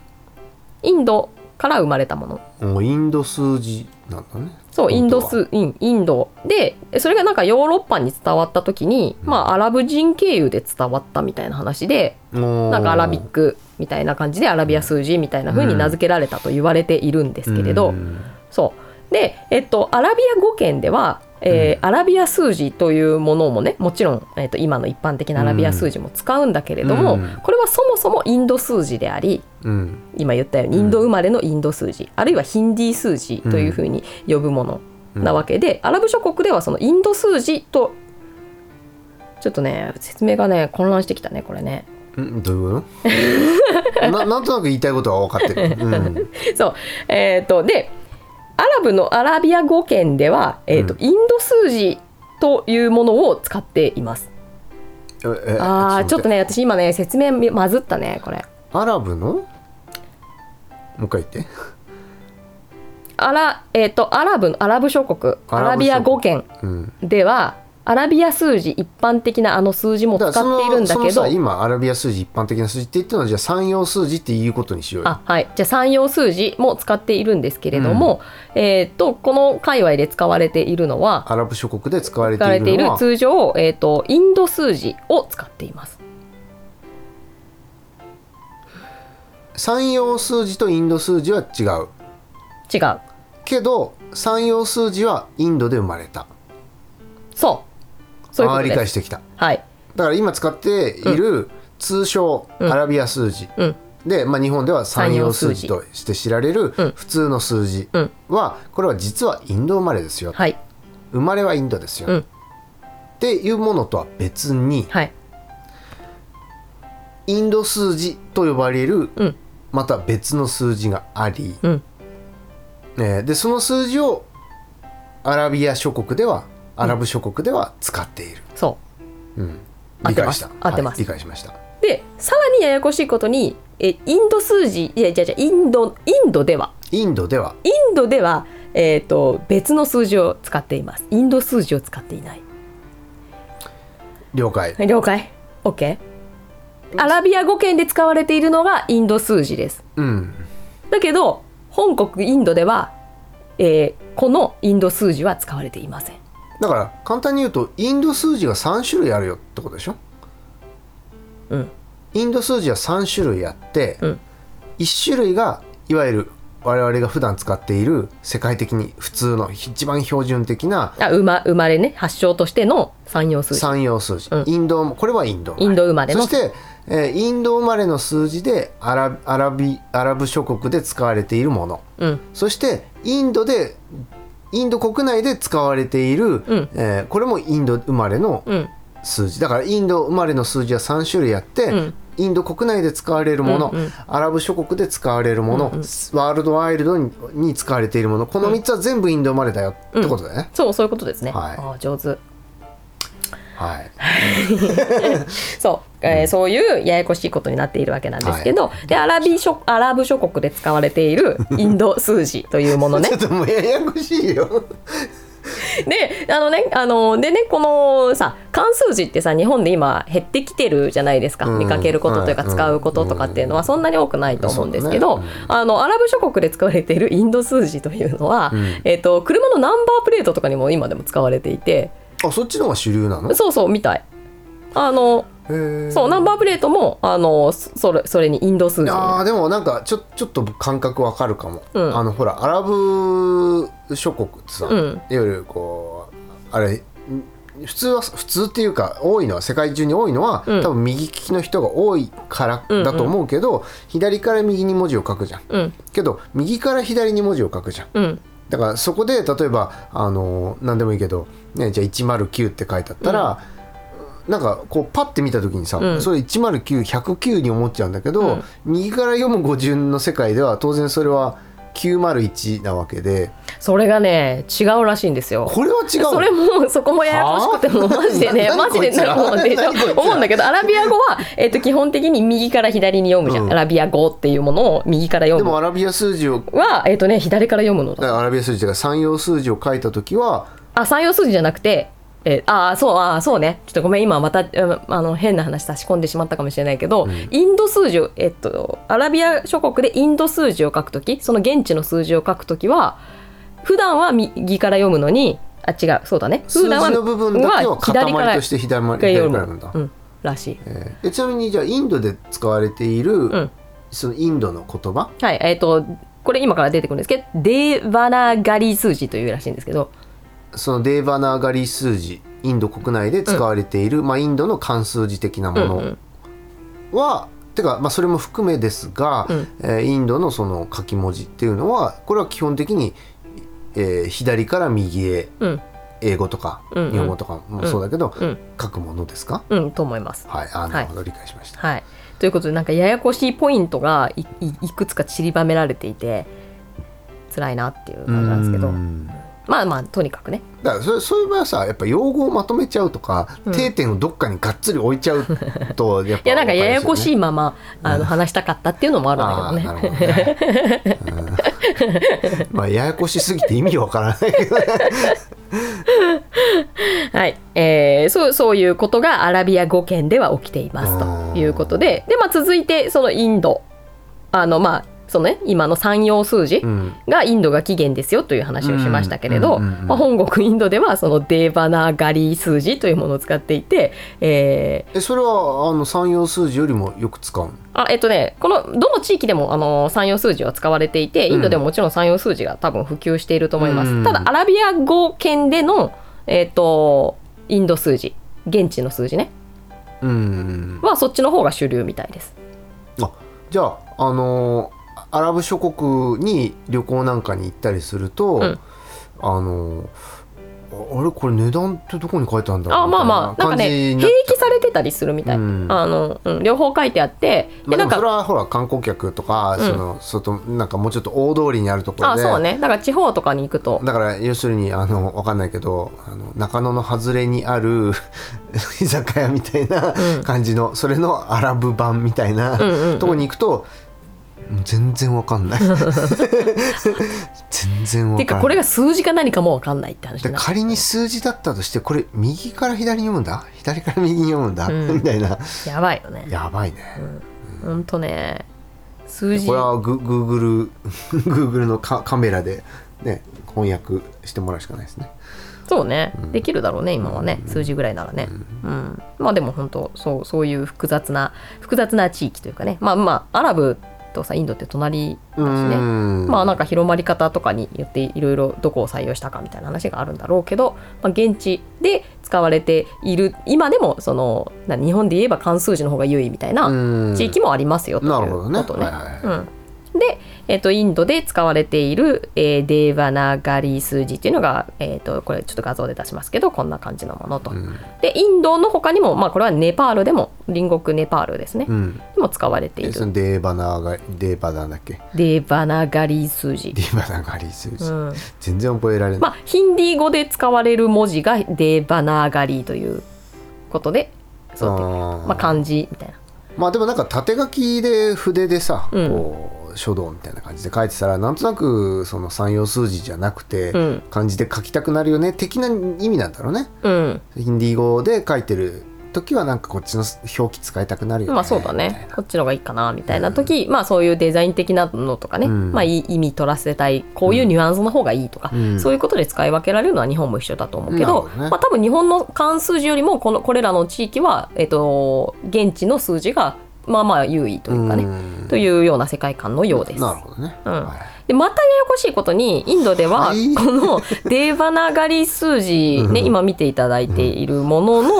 Speaker 1: インドから生まれたもの
Speaker 2: うん、もうインド数字なんだね
Speaker 1: そうインド
Speaker 2: 本
Speaker 1: スインインドでえそれがなんかヨーロッパに伝わった時に、
Speaker 2: うん
Speaker 1: まあ、アラブ人経由で伝わったみたいな話で
Speaker 2: 当は
Speaker 1: なんかアラビックみたいな感じでアラビア数字みたいな風に名付けられたと言われているんですけれど、
Speaker 2: うん
Speaker 1: そうで、えっと、アラビア語圏では、えーアラビア数字というものもねもちろん、えっと、今の一般的なアラビア数字も使うんだけれども、
Speaker 2: うん
Speaker 1: これはそもそもインド数字であり
Speaker 2: うん
Speaker 1: 今言ったようにインド生まれのインド数字、あるいはヒンディー数字というふうに呼ぶもの
Speaker 2: うん
Speaker 1: なわけで、アラブ諸国ではそのインド数字とちょっとね説明がね混乱してきたねこれね
Speaker 2: うんどういうことななんとなく言いたいことは分かってる、 うん
Speaker 1: そうえっ、とでアラブのアラビア語圏では、えーと
Speaker 2: うん
Speaker 1: インド数字というものを使っています
Speaker 2: ええ
Speaker 1: あーちょっと
Speaker 2: ね
Speaker 1: ね私今ね説明まずったねこれ
Speaker 2: アラブのもう一回言って
Speaker 1: アラ,、えー、とアラブのアラブ諸国ア
Speaker 2: ア
Speaker 1: ラ
Speaker 2: ラブ諸国
Speaker 1: ビア語圏
Speaker 2: うん
Speaker 1: ではアラビア数字一般的なあの数字も 使
Speaker 2: だからその
Speaker 1: っているんだけ
Speaker 2: そ
Speaker 1: ど
Speaker 2: のさ今アラビア数字一般的な数字って言ったのはじゃあ三要数字っていうことにしようよ
Speaker 1: あはい、じゃあ三要数字も使っているんですけれども、えー、とこの界隈で使われているのは
Speaker 2: アラブ諸国で使われ
Speaker 1: 使わ
Speaker 2: てい
Speaker 1: れてい
Speaker 2: る
Speaker 1: る
Speaker 2: のは
Speaker 1: 通常、えー、とインド数字を使っています。
Speaker 2: 三要数字とインド数字は違う
Speaker 1: 違う
Speaker 2: けど三要数字はインドで生まれた
Speaker 1: そうそういう
Speaker 2: あ
Speaker 1: こ
Speaker 2: あ
Speaker 1: と
Speaker 2: 理
Speaker 1: で
Speaker 2: 解
Speaker 1: す。
Speaker 2: してきた
Speaker 1: はい、
Speaker 2: だから今使っている通称アラビア数字、
Speaker 1: うん
Speaker 2: で、まあ、日本では三
Speaker 1: 三
Speaker 2: 要
Speaker 1: 要数
Speaker 2: 数
Speaker 1: 字
Speaker 2: 字として知られる
Speaker 1: うん
Speaker 2: 普通の数字
Speaker 1: うん
Speaker 2: は、これは実はインド生まれですよ、
Speaker 1: はい、
Speaker 2: 生まれはインドですよ、
Speaker 1: うん
Speaker 2: っていうものとは別に
Speaker 1: はい、
Speaker 2: インド数字と呼ばれる
Speaker 1: うん、
Speaker 2: また別の数字があり、
Speaker 1: うん、
Speaker 2: えーでその数字をアラビア諸国ではアラブ諸国では使っている、
Speaker 1: そ
Speaker 2: うん、
Speaker 1: 合っ
Speaker 2: 理
Speaker 1: て
Speaker 2: 解
Speaker 1: ま
Speaker 2: し
Speaker 1: す
Speaker 2: た
Speaker 1: 合ってます
Speaker 2: はい理解しました
Speaker 1: う。で、さらにややこしいことに、えインド数字、いやいやいやインドインドでは
Speaker 2: インドでは
Speaker 1: インドでは、えー、と別の数字を使っています。インド数字を使っていない。
Speaker 2: 了解、
Speaker 1: 了解 OK アラビア語圏で使われているのがインド数字です
Speaker 2: うん
Speaker 1: だけど本国インドでは、えーこのインド数字は使われていません
Speaker 2: だから簡単に言うとインド数字が3種類あるよってことでしょ
Speaker 1: うん
Speaker 2: インド数字は3種類あって、
Speaker 1: うん
Speaker 2: 1種類がいわゆる我々が普段使っている世界的に普通の一番標準的な
Speaker 1: あ生ま生まれね発祥としての三要数字
Speaker 2: 三要数字、
Speaker 1: うん
Speaker 2: インドこれはインド
Speaker 1: インド生まれの
Speaker 2: そして、えーインド生まれの数字でアラアラビアラブ諸国で使われているもの
Speaker 1: うん
Speaker 2: そしてインドでインド国内で使われている、
Speaker 1: うん
Speaker 2: えーこれもインド生まれの
Speaker 1: うん
Speaker 2: 数字だからインド生まれの数字は3種類あって、
Speaker 1: うん
Speaker 2: インド国内で使われるもの、
Speaker 1: うんうん
Speaker 2: アラブ諸国で使われるもの、ワールドワイルドにに使われているものこの3つは全部インド生まれだよってことだよね、
Speaker 1: そうそういうことですね、
Speaker 2: はい
Speaker 1: あー上手
Speaker 2: はい
Speaker 1: そう、えーそういうややこしいことになっているわけなんですけど、でアラビ諸アラブ諸国で使われているインド数字というものね
Speaker 2: ちょっともうややこし いよ
Speaker 1: であのねあのでねこのさ漢数字ってさ日本で今減ってきてるじゃないですか、
Speaker 2: うん
Speaker 1: 見かけることというか
Speaker 2: はい
Speaker 1: 使うこととかっていうのはそんなに多くないと思うんですけど、
Speaker 2: そうだね
Speaker 1: あのアラブ諸国で使われているインド数字というのは、
Speaker 2: うん
Speaker 1: えっと車のナンバープレートとかにも今でも使われていて
Speaker 2: あそっちの方が主流なの
Speaker 1: そうそうみたい。あのそうナン
Speaker 2: バ
Speaker 1: バープレートもあのそそれそれにインド数字
Speaker 2: あーでもなんかちょちょっと感覚わかるかも、
Speaker 1: うん
Speaker 2: あのほらアラブ諸国ってさ、
Speaker 1: うん
Speaker 2: いわゆるこうあれん普通は普通っていうか多いのは世界中に多いのは、
Speaker 1: うん
Speaker 2: 多分右利きの人が多いから
Speaker 1: うんうん
Speaker 2: だと思うけど、左から右に文字を書くじゃん
Speaker 1: うん
Speaker 2: けど右から左に文字を書くじゃん
Speaker 1: うん
Speaker 2: だからそこで例えばあの何でもいいけど、ね、じゃあ109って書いてあったら、なんかこうパッて見た時にさ、
Speaker 1: うん
Speaker 2: それ109109に思っちゃうんだけど、
Speaker 1: うん
Speaker 2: 右から読む語順の世界では当然それは901なわけで
Speaker 1: それがね違うらしいんですよ
Speaker 2: これは違うの
Speaker 1: それもそこもややこしくてもうマジでね
Speaker 2: はあ
Speaker 1: マジで
Speaker 2: 何
Speaker 1: なんかもう
Speaker 2: こい
Speaker 1: で
Speaker 2: つら何こいつら
Speaker 1: 思うんだけどアラビア語は、えっと基本的に右から左に読むじゃん、
Speaker 2: うん
Speaker 1: アラビア語っていうものを右から
Speaker 2: で
Speaker 1: 読
Speaker 2: も
Speaker 1: む
Speaker 2: アラビア数字を
Speaker 1: は、えっとね、左から読むの
Speaker 2: だか
Speaker 1: だ
Speaker 2: らアラビア数字が三要数字を書いた時は
Speaker 1: あ三要数字じゃなくてえーああそうあーそうねちょっとごめん今またうんあの変な話差し込んでしまったかもしれないけど、インド数字を、えっと、アラビア諸国でインド数字を書くときその現地の数字を書くときは普段は右から読むのにあ違うそうだね
Speaker 2: 数
Speaker 1: 普
Speaker 2: 字
Speaker 1: 段
Speaker 2: の部分だけは塊として左
Speaker 1: 左から
Speaker 2: 回り左から
Speaker 1: 読
Speaker 2: なんだ
Speaker 1: む、、うん、らしい。
Speaker 2: えーえちなみにじゃあインドで使われている、
Speaker 1: ん
Speaker 2: そのインドの言葉
Speaker 1: はい、えっ、と、これ今から出てくるんですけど、デーバナガリ数字というらしいんですけど、
Speaker 2: そのデーバナーガリ数字インド国内で使われている、まあ、インドの漢数字的なも
Speaker 1: うんう
Speaker 2: のは、てか、まあ、それも含めですが、
Speaker 1: うん
Speaker 2: えーインドのその書き文字っていうのはこれは基本的に、えー左から右へ
Speaker 1: うん、
Speaker 2: 英語とか
Speaker 1: うんうん
Speaker 2: 日本語とかもそうだけど、
Speaker 1: うん
Speaker 2: 書くものですか
Speaker 1: うん、と思います。
Speaker 2: はいあなるほど、理解しました。
Speaker 1: はい。ということで、なんかややこしいポイントがいいいくつか散りばめられていて、辛いなっていう感じなんですけ
Speaker 2: う
Speaker 1: ど、
Speaker 2: ん
Speaker 1: まあまあ、とにかくね。
Speaker 2: だからそれそういう場合はさやっぱ用語をまとめちゃうとか、定点をどっかにがっつり置いちゃうとやっ ぱ、
Speaker 1: いや、なんかややこし
Speaker 2: い
Speaker 1: いまま、あの、話したかったっていうのもある
Speaker 2: あ
Speaker 1: んだけど
Speaker 2: あ
Speaker 1: ね。
Speaker 2: ーなるほどね、うんまあややこしすぎて意味わからないけどね
Speaker 1: はい、えー、そうそういうことがアラビア語圏では起きていますということでで、まあ、続いてそのインドあのまあそのね今の三要数字
Speaker 2: うん
Speaker 1: がインドが起源ですよという話をしましたけれど、
Speaker 2: うんうんうんうん
Speaker 1: まあ、本国インドではそのデーバナガリ数字というものを使っていて、えー
Speaker 2: えそれはあの三要数字よりもよく使うの
Speaker 1: あえっとね、このどの地域でもあの三要数字は使われていてインドでももちろん三要数字が多分普及していると思います、
Speaker 2: うん
Speaker 1: ただアラビア語圏での、えっとインド数字現地の数字ね
Speaker 2: うん
Speaker 1: はそっちの方が主流みたいです。
Speaker 2: あじゃああのーアラブ諸国に旅行なんかに行ったりすると、
Speaker 1: うん
Speaker 2: あのーああれこれ値段ってどこに書いてあるんだろう
Speaker 1: あまあまあなんかね併記されてたりするみたい。
Speaker 2: うん
Speaker 1: あのうん両方書いてあって、
Speaker 2: ま
Speaker 1: で
Speaker 2: あ、で
Speaker 1: なん
Speaker 2: もそれ
Speaker 1: か
Speaker 2: はほら観光客とか、
Speaker 1: うん
Speaker 2: その外なんかもうちょっと大通りにあるところ
Speaker 1: あ
Speaker 2: で
Speaker 1: そうねだから地方とかに行くと。
Speaker 2: だから要するにあのわかんないけどあの中野の外れにある 居酒屋みたいな
Speaker 1: うん
Speaker 2: 感じの、それのアラブ版みたいな
Speaker 1: うんうんうん
Speaker 2: とこに行くと、もう全然わかん ない全然
Speaker 1: て
Speaker 2: わ
Speaker 1: いうか
Speaker 2: か
Speaker 1: こ
Speaker 2: ん
Speaker 1: れ
Speaker 2: な
Speaker 1: が
Speaker 2: い
Speaker 1: 数字か何かもわかんないって話
Speaker 2: で
Speaker 1: になる
Speaker 2: 仮に数字だったとしてこれ右から左に読むんだ左から右に読むんだ、
Speaker 1: うん
Speaker 2: みたいな
Speaker 1: やばいよね。
Speaker 2: やばいね、
Speaker 1: ほんとね数字
Speaker 2: これはググー グルグーグルのカカメラで、ね、翻訳してもらうしかないですね。
Speaker 1: そうねできるだろうね今はね数字ぐらいならね。うんまあでも本当そうそういう複雑な複雑な地域というかねまあまあアラブとさインドって隣だし
Speaker 2: う
Speaker 1: ね。
Speaker 2: ん
Speaker 1: まあなんか広まり方とかによっていろいろどこを採用したかみたいな話があるんだろうけど、まあ、現地で使われている今でもそのな日本で言えば漢数字の方が優位みたいな
Speaker 2: うん
Speaker 1: 地域もありますよという
Speaker 2: なるほどね
Speaker 1: ことね
Speaker 2: はいはい。
Speaker 1: うんで、えっとインドで使われている、えーデーバナガリ数字っていうのが、えっとこれちょっと画像で出しますけどこんな感じのものと。
Speaker 2: ん
Speaker 1: でインドの他にも、まあ、これはネパールでも隣国ネパールですね、
Speaker 2: うん、
Speaker 1: でも使われてい
Speaker 2: え
Speaker 1: る
Speaker 2: そのデーバナーがデーバナーだっけ
Speaker 1: デーバナガリ数字
Speaker 2: デ。ーバナーがリス数
Speaker 1: う
Speaker 2: 字、
Speaker 1: ん
Speaker 2: 全然覚えられない、
Speaker 1: まあ、ヒンディー語で使われる文字がデーバナーガリーということで、そうって
Speaker 2: あ
Speaker 1: ま
Speaker 2: ー
Speaker 1: あ、漢字みたいな。
Speaker 2: まあでもなんか縦書きで筆でさ、
Speaker 1: うん
Speaker 2: こう書道みたいな感じで書いてたらなんとなくその三要数字じゃなくて、
Speaker 1: うん
Speaker 2: 漢字で書きたくなるよね的な意味なんだろうね。
Speaker 1: うん、
Speaker 2: ヒンディー語で書いてる時はなんかこっちの表記使いたくなるよね。
Speaker 1: まあそうだ
Speaker 2: みたい
Speaker 1: ね
Speaker 2: な。
Speaker 1: こっちの方がいいかなみたいな時、まあそういうデザイン的なのとかね、
Speaker 2: うん
Speaker 1: まあいい意味取らせたいこういうニュアンスの方がいいとか、
Speaker 2: うん
Speaker 1: そういうことで使い分けられるのは日本も一緒だと思うけど
Speaker 2: なるほどね
Speaker 1: まあ、多分日本の漢数字よりもこのこれらの地域は、えっと現地の数字がまあまあ優位というかね、
Speaker 2: ん
Speaker 1: というような世界観のようです。
Speaker 2: なるほどね。
Speaker 1: うん
Speaker 2: は
Speaker 1: でまたややこしいことにインドでは
Speaker 2: はい
Speaker 1: このデーバナガリ数字、ね、今見ていただいているものの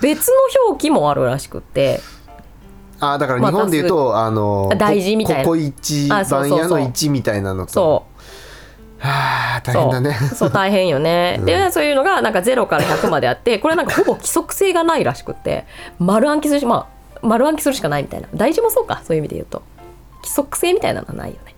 Speaker 1: 別の表記もあるらしくって
Speaker 2: い、あだから日本で言うと、あの
Speaker 1: あ大事みたいな
Speaker 2: こここ一
Speaker 1: あそう
Speaker 2: 番
Speaker 1: そうそう
Speaker 2: 屋の一みたいなのと
Speaker 1: そう
Speaker 2: はあ大
Speaker 1: そ
Speaker 2: 変
Speaker 1: う
Speaker 2: だね。
Speaker 1: そう大変よね。
Speaker 2: う
Speaker 1: でそういうのがなんか0から100まであってこれなんかほぼ規則性がないらしくって丸暗記するしまあ丸暗記するしかないみたいな大事もそうかそういう意味で言うと規則性みたいなのはないよね。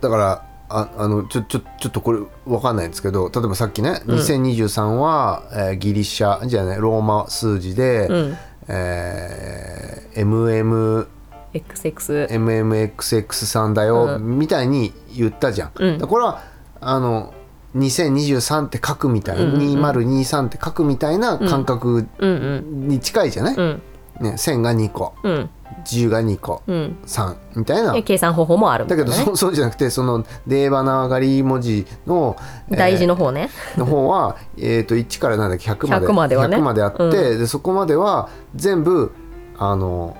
Speaker 2: だからああのちょちょちょっとこれわかんないんですけど例えばさっきね2023は、えーギリシャじゃないローマ数字で、
Speaker 1: うん
Speaker 2: えー MM
Speaker 1: XX
Speaker 2: MMXX さんだよ、
Speaker 1: う
Speaker 2: みたいに言ったじゃん、
Speaker 1: うん
Speaker 2: これはあの2023って書くみたい、
Speaker 1: うんうんうん
Speaker 2: 2023って書くみたいな感覚
Speaker 1: うんうん
Speaker 2: に近いじゃない、
Speaker 1: うん
Speaker 2: ね、1000が2個
Speaker 1: うん
Speaker 2: 10が2個、
Speaker 1: うん
Speaker 2: 3みたいな
Speaker 1: で計算方法もあるみた
Speaker 2: だ
Speaker 1: いな
Speaker 2: け
Speaker 1: ね
Speaker 2: どそうそうじゃなくてそのデーバナ上がり文字の、えー
Speaker 1: 大事の方ね、
Speaker 2: の方は、えー、と1からなんだっけ100ま
Speaker 1: 100まで
Speaker 2: で
Speaker 1: はね
Speaker 2: 100まであって、
Speaker 1: うん
Speaker 2: でそこまでは全部あの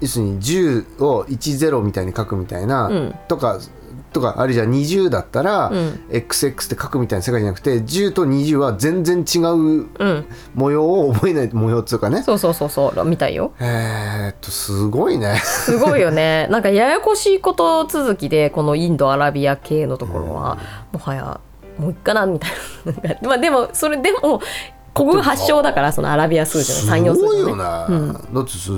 Speaker 2: 要するに10を10みたいに書くみたいな、
Speaker 1: うん
Speaker 2: とかとかあるいは20だったら、
Speaker 1: うん
Speaker 2: XX って書くみたいな世界じゃなくて10と20は全然違う
Speaker 1: うん
Speaker 2: 模様を覚えない模様っつうかね
Speaker 1: そうそうそうそうみたいよ
Speaker 2: えー、っとすごいね
Speaker 1: すごいよねなんかややこしいこと続きでこのインドアラビア系のところはもはやもういっかなみたいななんかまあでもそれでも国語発祥だからそのアラビア数字の
Speaker 2: す
Speaker 1: 三四数
Speaker 2: ごい
Speaker 1: 字のね
Speaker 2: よね、だってす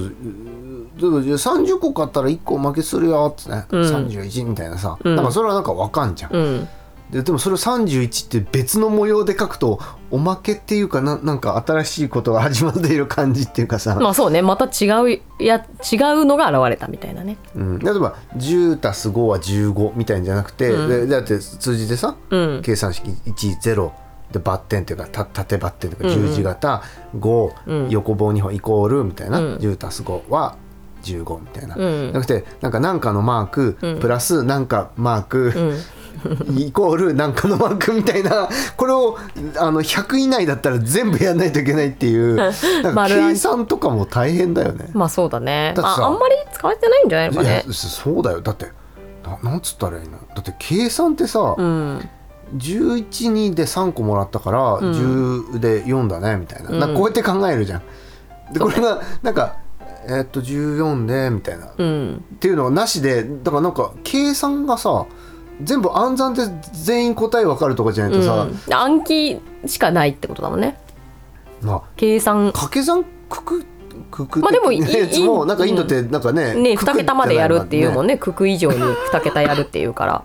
Speaker 2: 例えばじゃあ30個買ったら1個負けするよってね、
Speaker 1: うん
Speaker 2: 31みたいなさ、
Speaker 1: うん
Speaker 2: なんかそれはなんかわかんじゃん
Speaker 1: うん
Speaker 2: ででもそれを31って別の模様で書くとおまけっていうかななんか新しいことが始まっている感じっていうかさ、
Speaker 1: まあそうねまた違うや違うのが現れたみたいなね
Speaker 2: うん、例えば10たす5は15みたいんじゃなくて、でだって数字でさ、
Speaker 1: うん
Speaker 2: 計算式10でバッテンっていうかた縦バッテンというか十字型、5、
Speaker 1: うん
Speaker 2: 横棒2本イコールみたいな、
Speaker 1: うん
Speaker 2: 10たす5は15みたいな、
Speaker 1: うん
Speaker 2: じゃなくてなんかなんかのマーク、プラスなんかマーク、
Speaker 1: うん
Speaker 2: イコールなんかのマークみたいなこれをあの100以内だったら全部やんないといけないって いうなんか
Speaker 1: 丸暗記
Speaker 2: 計算とかも大変だよね。
Speaker 1: まあそうだね
Speaker 2: だってさ
Speaker 1: ああんまり使われてないんじゃないのか
Speaker 2: いや
Speaker 1: ね
Speaker 2: そうだよだってななんつったらいいのだって計算ってさ、
Speaker 1: うん
Speaker 2: 11にで3個もらったから、10で4だねみたいな,、なんかこうやって考えるじゃん。でこれがなんかえーっと14でみたいな
Speaker 1: うん
Speaker 2: っていうのがなしでだからなんか計算がさ全部暗算で全員答え分かるとかじゃないとさ、
Speaker 1: うん、暗記しかないってことだもんね
Speaker 2: ま
Speaker 1: 計算
Speaker 2: あ掛け算くくくく
Speaker 1: まあでもいい
Speaker 2: やつも
Speaker 1: いい
Speaker 2: なんかインドってなんかね
Speaker 1: ね
Speaker 2: くく
Speaker 1: 2桁までやるっていうもん
Speaker 2: ね
Speaker 1: ね九九以上に2桁やるっていうから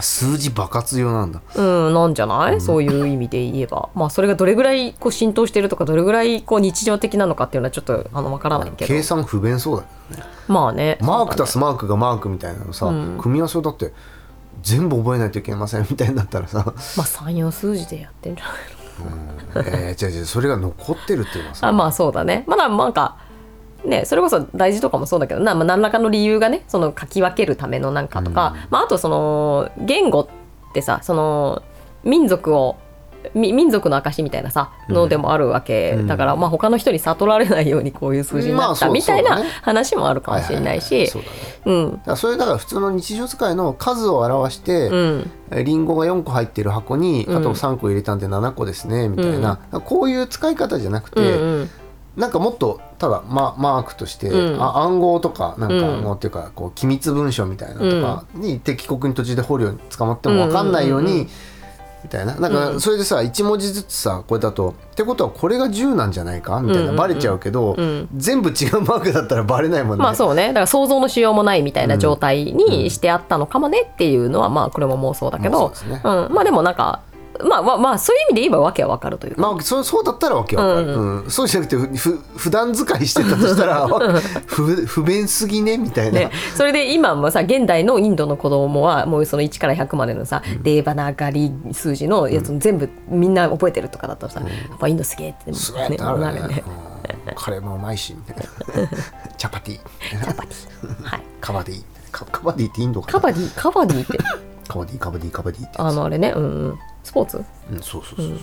Speaker 2: 数字爆発用なんだ
Speaker 1: うんなんじゃない、そういう意味で言えばまあそれがどれぐらいこう浸透してるとかどれぐらいこう日常的なのかっていうのはちょっとあのわからないけ
Speaker 2: 計
Speaker 1: ど
Speaker 2: 算不便そうだよ
Speaker 1: まあね
Speaker 2: マー
Speaker 1: そ
Speaker 2: クた
Speaker 1: うだね
Speaker 2: すマークがマークみたいなのさ、組み合わせだって全部覚えないといけませんみたいになったらさ
Speaker 1: まあ34数字でやってるんじゃない
Speaker 2: えー、違う違うそれが残ってるっていうのはさ
Speaker 1: あまあそうだねまだなんかねそれこそ大事とかもそうだけどな、まあ、何らかの理由がねその書き分けるためのなんかとか、まあ、あとその言語ってさその民族をみ民族の証みたいなさのでもあるわけ、
Speaker 2: うん
Speaker 1: だから、まあ他の人に悟られないようにこういう数字になった
Speaker 2: まあそう
Speaker 1: みたい
Speaker 2: そう
Speaker 1: な
Speaker 2: だね
Speaker 1: 話もあるかもしれないし
Speaker 2: そうだね
Speaker 1: うん
Speaker 2: だからそれだから普通の日常使いの数を表して、
Speaker 1: うん
Speaker 2: えリンゴが4個入ってる箱にあ
Speaker 1: うん
Speaker 2: と3個入れたんで7個ですねみたいな、こういう使い方じゃなく
Speaker 1: う
Speaker 2: て、
Speaker 1: ん
Speaker 2: なんかもっとただママークとして、
Speaker 1: うん
Speaker 2: あ暗号とかなんか
Speaker 1: うん
Speaker 2: もうっていうかこう機密文書みたいなのとかに敵国に途中で捕虜に捕まっても分かんないように、
Speaker 1: うんうんうん
Speaker 2: みたいななんかそれでさ1文字ずつさこれだとってことはこれが10なんじゃないかみたい
Speaker 1: うん
Speaker 2: な、
Speaker 1: うんうん
Speaker 2: バレちゃうけど、
Speaker 1: うん
Speaker 2: 全部違うマークだったらバレないもんね。
Speaker 1: まあそうねだから想像のしようもないみたいな状態にしてあったのかもねっていうのは、まあこれも妄想だけ
Speaker 2: まあそ
Speaker 1: ど
Speaker 2: うですね
Speaker 1: うん、まあでもなんかまあまあまあそういう意味で言えばわけはわかるというか、
Speaker 2: まあ、そうそうだったらわけわかる、
Speaker 1: う
Speaker 2: うんそうじゃなくてふふ普段使いしてたとし たらふ不便すぎねみたいな、
Speaker 1: ね、それで今もさ現代のインドの子供はもうその1から100までのさ、デーバナガリ数字のやつも全部みんな覚えてるとかだとさ、やっぱインドすげえって、ね
Speaker 2: すごいってなる
Speaker 1: な
Speaker 2: ね
Speaker 1: るね。
Speaker 2: うんカレーもうまいしみたい なチャパティ
Speaker 1: カバディ、はい、
Speaker 2: カバディカカバディってインドか
Speaker 1: カ
Speaker 2: な
Speaker 1: バディカバディって
Speaker 2: カバディカバディカバディってや
Speaker 1: あ
Speaker 2: つ
Speaker 1: のあれね、うんうん、スポーツ
Speaker 2: うん、そうそうそうそう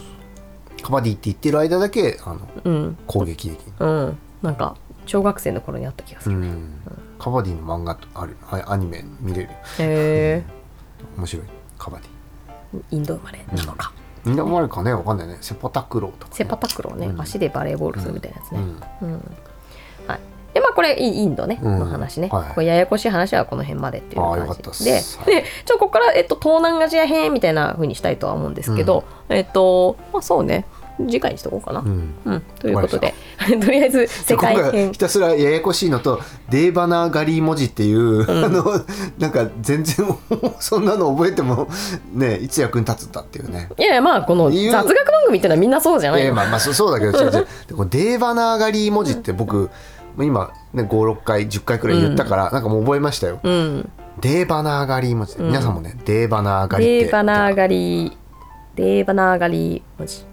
Speaker 2: カバディって言ってる間だけあの、
Speaker 1: うん
Speaker 2: 攻撃できる、
Speaker 1: うんなんか小学生の頃にあった気がす
Speaker 2: う
Speaker 1: る。
Speaker 2: ん、カバディの漫画とあるあアニメ見れるよ
Speaker 1: へ
Speaker 2: 面白いカバディ
Speaker 1: えインド生まれなのか。
Speaker 2: みんな思われるかねわかんないねセパタクローとか、ね、
Speaker 1: セパタクロをね、
Speaker 2: うん
Speaker 1: 足でバレーボールするみたいなやつね。
Speaker 2: うん
Speaker 1: はい、でまあこれインインドね、
Speaker 2: うん
Speaker 1: の話ね、
Speaker 2: はい
Speaker 1: これややこしい話はこの辺までっていう
Speaker 2: あー
Speaker 1: 感
Speaker 2: よかったっす
Speaker 1: じで
Speaker 2: はい
Speaker 1: でちょっとここから、えっと、東南アジア編みたいな風にしたいとは思うんですけど、えっとまあそうね次回にしとこうかな。う
Speaker 2: うんん
Speaker 1: ということで とりあえず世
Speaker 2: 今
Speaker 1: 界
Speaker 2: 回
Speaker 1: 編
Speaker 2: ひたすらややこしいのと「デーバナガリー文字」っていう、あのなんか全然 そんなの覚えてもねいつ役に立つんだっていうね。
Speaker 1: いやいやまあこの
Speaker 2: 言う
Speaker 1: 雑学番組ってのはみんなそうじゃない
Speaker 2: え
Speaker 1: の、
Speaker 2: まあまあそそうだけど違う違うでこのデーバナガリー文字って僕今、ね、56回10回くらい言ったから、なんかもう覚えましたよ。
Speaker 1: うん、
Speaker 2: デーバナーガリー文字、皆さんもねデーバナーガリーって
Speaker 1: デーバナーガリーデーバナーガリー文字、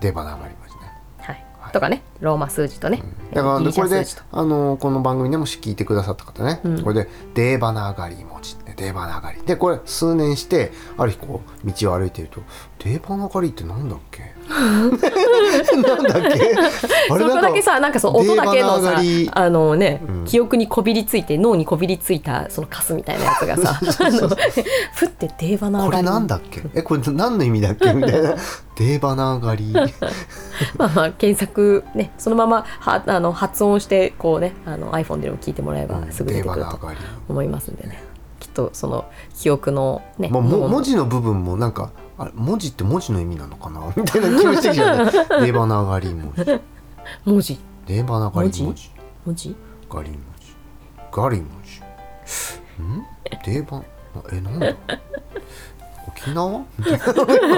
Speaker 2: デーバナーガリー文字ね。
Speaker 1: はい
Speaker 2: い
Speaker 1: とかねローマ数字とね、え
Speaker 2: だか
Speaker 1: ーギ
Speaker 2: ら
Speaker 1: リシ
Speaker 2: こ
Speaker 1: ャ
Speaker 2: れで
Speaker 1: 数字と
Speaker 2: あのこの番組でもし聞いてくださった方ね、
Speaker 1: うん
Speaker 2: これでデーバナーガリー文字ねデーバナーガリーでこれ数年してある日こう道を歩いてるとデーバナーガリーってなんだっけなんだっ けあ
Speaker 1: そ
Speaker 2: れ
Speaker 1: こ
Speaker 2: なん
Speaker 1: だ
Speaker 2: か
Speaker 1: けさなんかその音だけの
Speaker 2: デーバナー
Speaker 1: さ
Speaker 2: ガリー
Speaker 1: あのね、
Speaker 2: うん
Speaker 1: 記憶にこびりついて脳にこびりついたそのカスみたいなやつが さあのふってデーバナー
Speaker 2: こ
Speaker 1: ガ
Speaker 2: れ
Speaker 1: リ
Speaker 2: なん
Speaker 1: ー
Speaker 2: だっけえこれ何の意味だっけみた いなデーバナーガリー
Speaker 1: まあまあ検索ねそのままはあの発音してこうねあの iPhone でも聞いてもらえばすぐ出
Speaker 2: デ
Speaker 1: て
Speaker 2: ーバ
Speaker 1: くる
Speaker 2: ナ
Speaker 1: と
Speaker 2: ーガリー
Speaker 1: 思いますんでねきっとその記憶のね
Speaker 2: まあ、も
Speaker 1: 脳の
Speaker 2: 文字の部分もなんかあれ文字って文字の意味なのかなみたいな気もしてきちゃう ねデーバナーガリー文字デ
Speaker 1: 文字
Speaker 2: ーバナーガリー文
Speaker 1: 文
Speaker 2: 字
Speaker 1: 字文字
Speaker 2: ガリ文字ガリ文字ん定番なえなんだ沖縄わ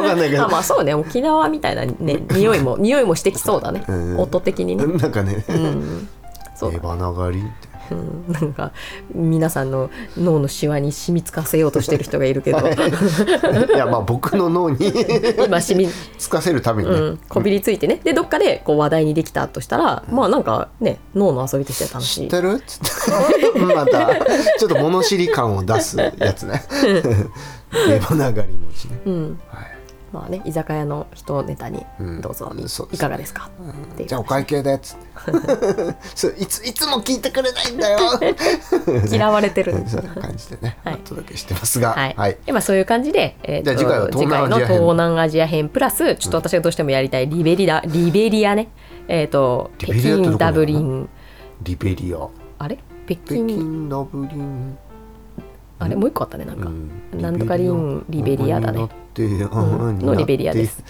Speaker 2: かんないけ
Speaker 1: あ
Speaker 2: ど
Speaker 1: まあそうね沖縄みたいな ね匂いも匂いもしてきそうだね
Speaker 2: うん
Speaker 1: 音的にね
Speaker 2: なんかね
Speaker 1: うんそう
Speaker 2: 定
Speaker 1: だ
Speaker 2: 番ながりって
Speaker 1: うん なんか皆さんの脳のシワに染みつかせようとしてる人がいる けど
Speaker 2: いやまあ僕の脳に
Speaker 1: 今染み
Speaker 2: つかせるためにね、
Speaker 1: うん、こびりついてねでどっかでこう話題にできたとしたら、まあなんかね脳の遊びとしては楽し
Speaker 2: 知っ
Speaker 1: い
Speaker 2: てるっつって またちょっと物知り感を出すやつね定番ながり文字ね
Speaker 1: うん
Speaker 2: はい
Speaker 1: まあね居酒屋の人をネタに
Speaker 2: うん
Speaker 1: どうぞ、
Speaker 2: うんそうですね
Speaker 1: いかがですか、っていう
Speaker 2: じゃあお会計でっつって そういついつも聞いてくれない んだよ
Speaker 1: 嫌われてる
Speaker 2: うん そんな感じでね、
Speaker 1: はい
Speaker 2: お届けしてますが、
Speaker 1: はい、
Speaker 2: はい、
Speaker 1: でまあそういう感じで、えーと
Speaker 2: じゃあ次回は東
Speaker 1: 次
Speaker 2: 南
Speaker 1: 回の
Speaker 2: アジア編
Speaker 1: 東南アジア編プラスちょっと私がどうしてもやりたいリベリラリベリアねえっ、と
Speaker 2: リ
Speaker 1: 北
Speaker 2: ベリアってどこ
Speaker 1: 京
Speaker 2: だ
Speaker 1: ダブリン
Speaker 2: リベリア
Speaker 1: あれ北
Speaker 2: 北
Speaker 1: 京
Speaker 2: 京ダブリン、
Speaker 1: あれもう一個あったねなんか、
Speaker 2: うん
Speaker 1: なんとかリンリベリアだね
Speaker 2: リベリアになって、あ
Speaker 1: うん
Speaker 2: にな
Speaker 1: の
Speaker 2: って
Speaker 1: リベリアです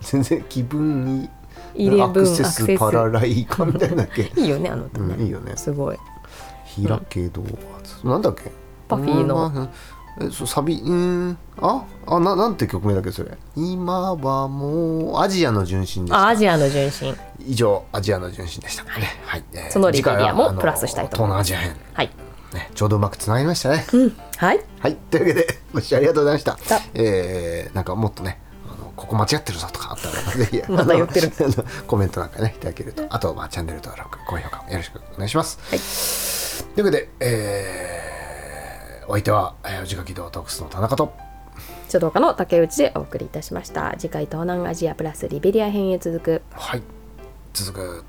Speaker 2: 全然気分に
Speaker 1: イレ
Speaker 2: ア
Speaker 1: ブン
Speaker 2: クセ
Speaker 1: アクセ
Speaker 2: ス
Speaker 1: ス
Speaker 2: パラライカみたいなっ け
Speaker 1: いいよねあの歌ね、
Speaker 2: うんいいよね
Speaker 1: すごい
Speaker 2: 開けどなんだっけ
Speaker 1: パフィーの
Speaker 2: うんえそうサビうーんああななんて曲名だっけそれ今はもうアジアの純真でした
Speaker 1: あアジアの純真
Speaker 2: 以上アジアの純真でしたはい、はいえー
Speaker 1: そのリベリアも
Speaker 2: 次回はあの
Speaker 1: プラスしたいと
Speaker 2: 東
Speaker 1: 思いま
Speaker 2: 南ア
Speaker 1: す
Speaker 2: ジア編
Speaker 1: はい、
Speaker 2: ねちょうどうまくつながりましたね
Speaker 1: うん、はい
Speaker 2: はい、というわけで、ご視聴ありがとうございました
Speaker 1: さ。
Speaker 2: えー、なんかもっとね、あのここ間違ってるぞとかあった ら、ぜひ、
Speaker 1: まだ言ってる
Speaker 2: あのあのコメントなんかね、いただけると、あと、まあ、チャンネル登録、高評価もよろしくお願いします。というわけで、えー、お相手は、えー、おじかき道トークスの田中と、
Speaker 1: 書道家の竹内でお送りいたしました次回東南アジアプラスリベリア編へ続く
Speaker 2: はい、続く。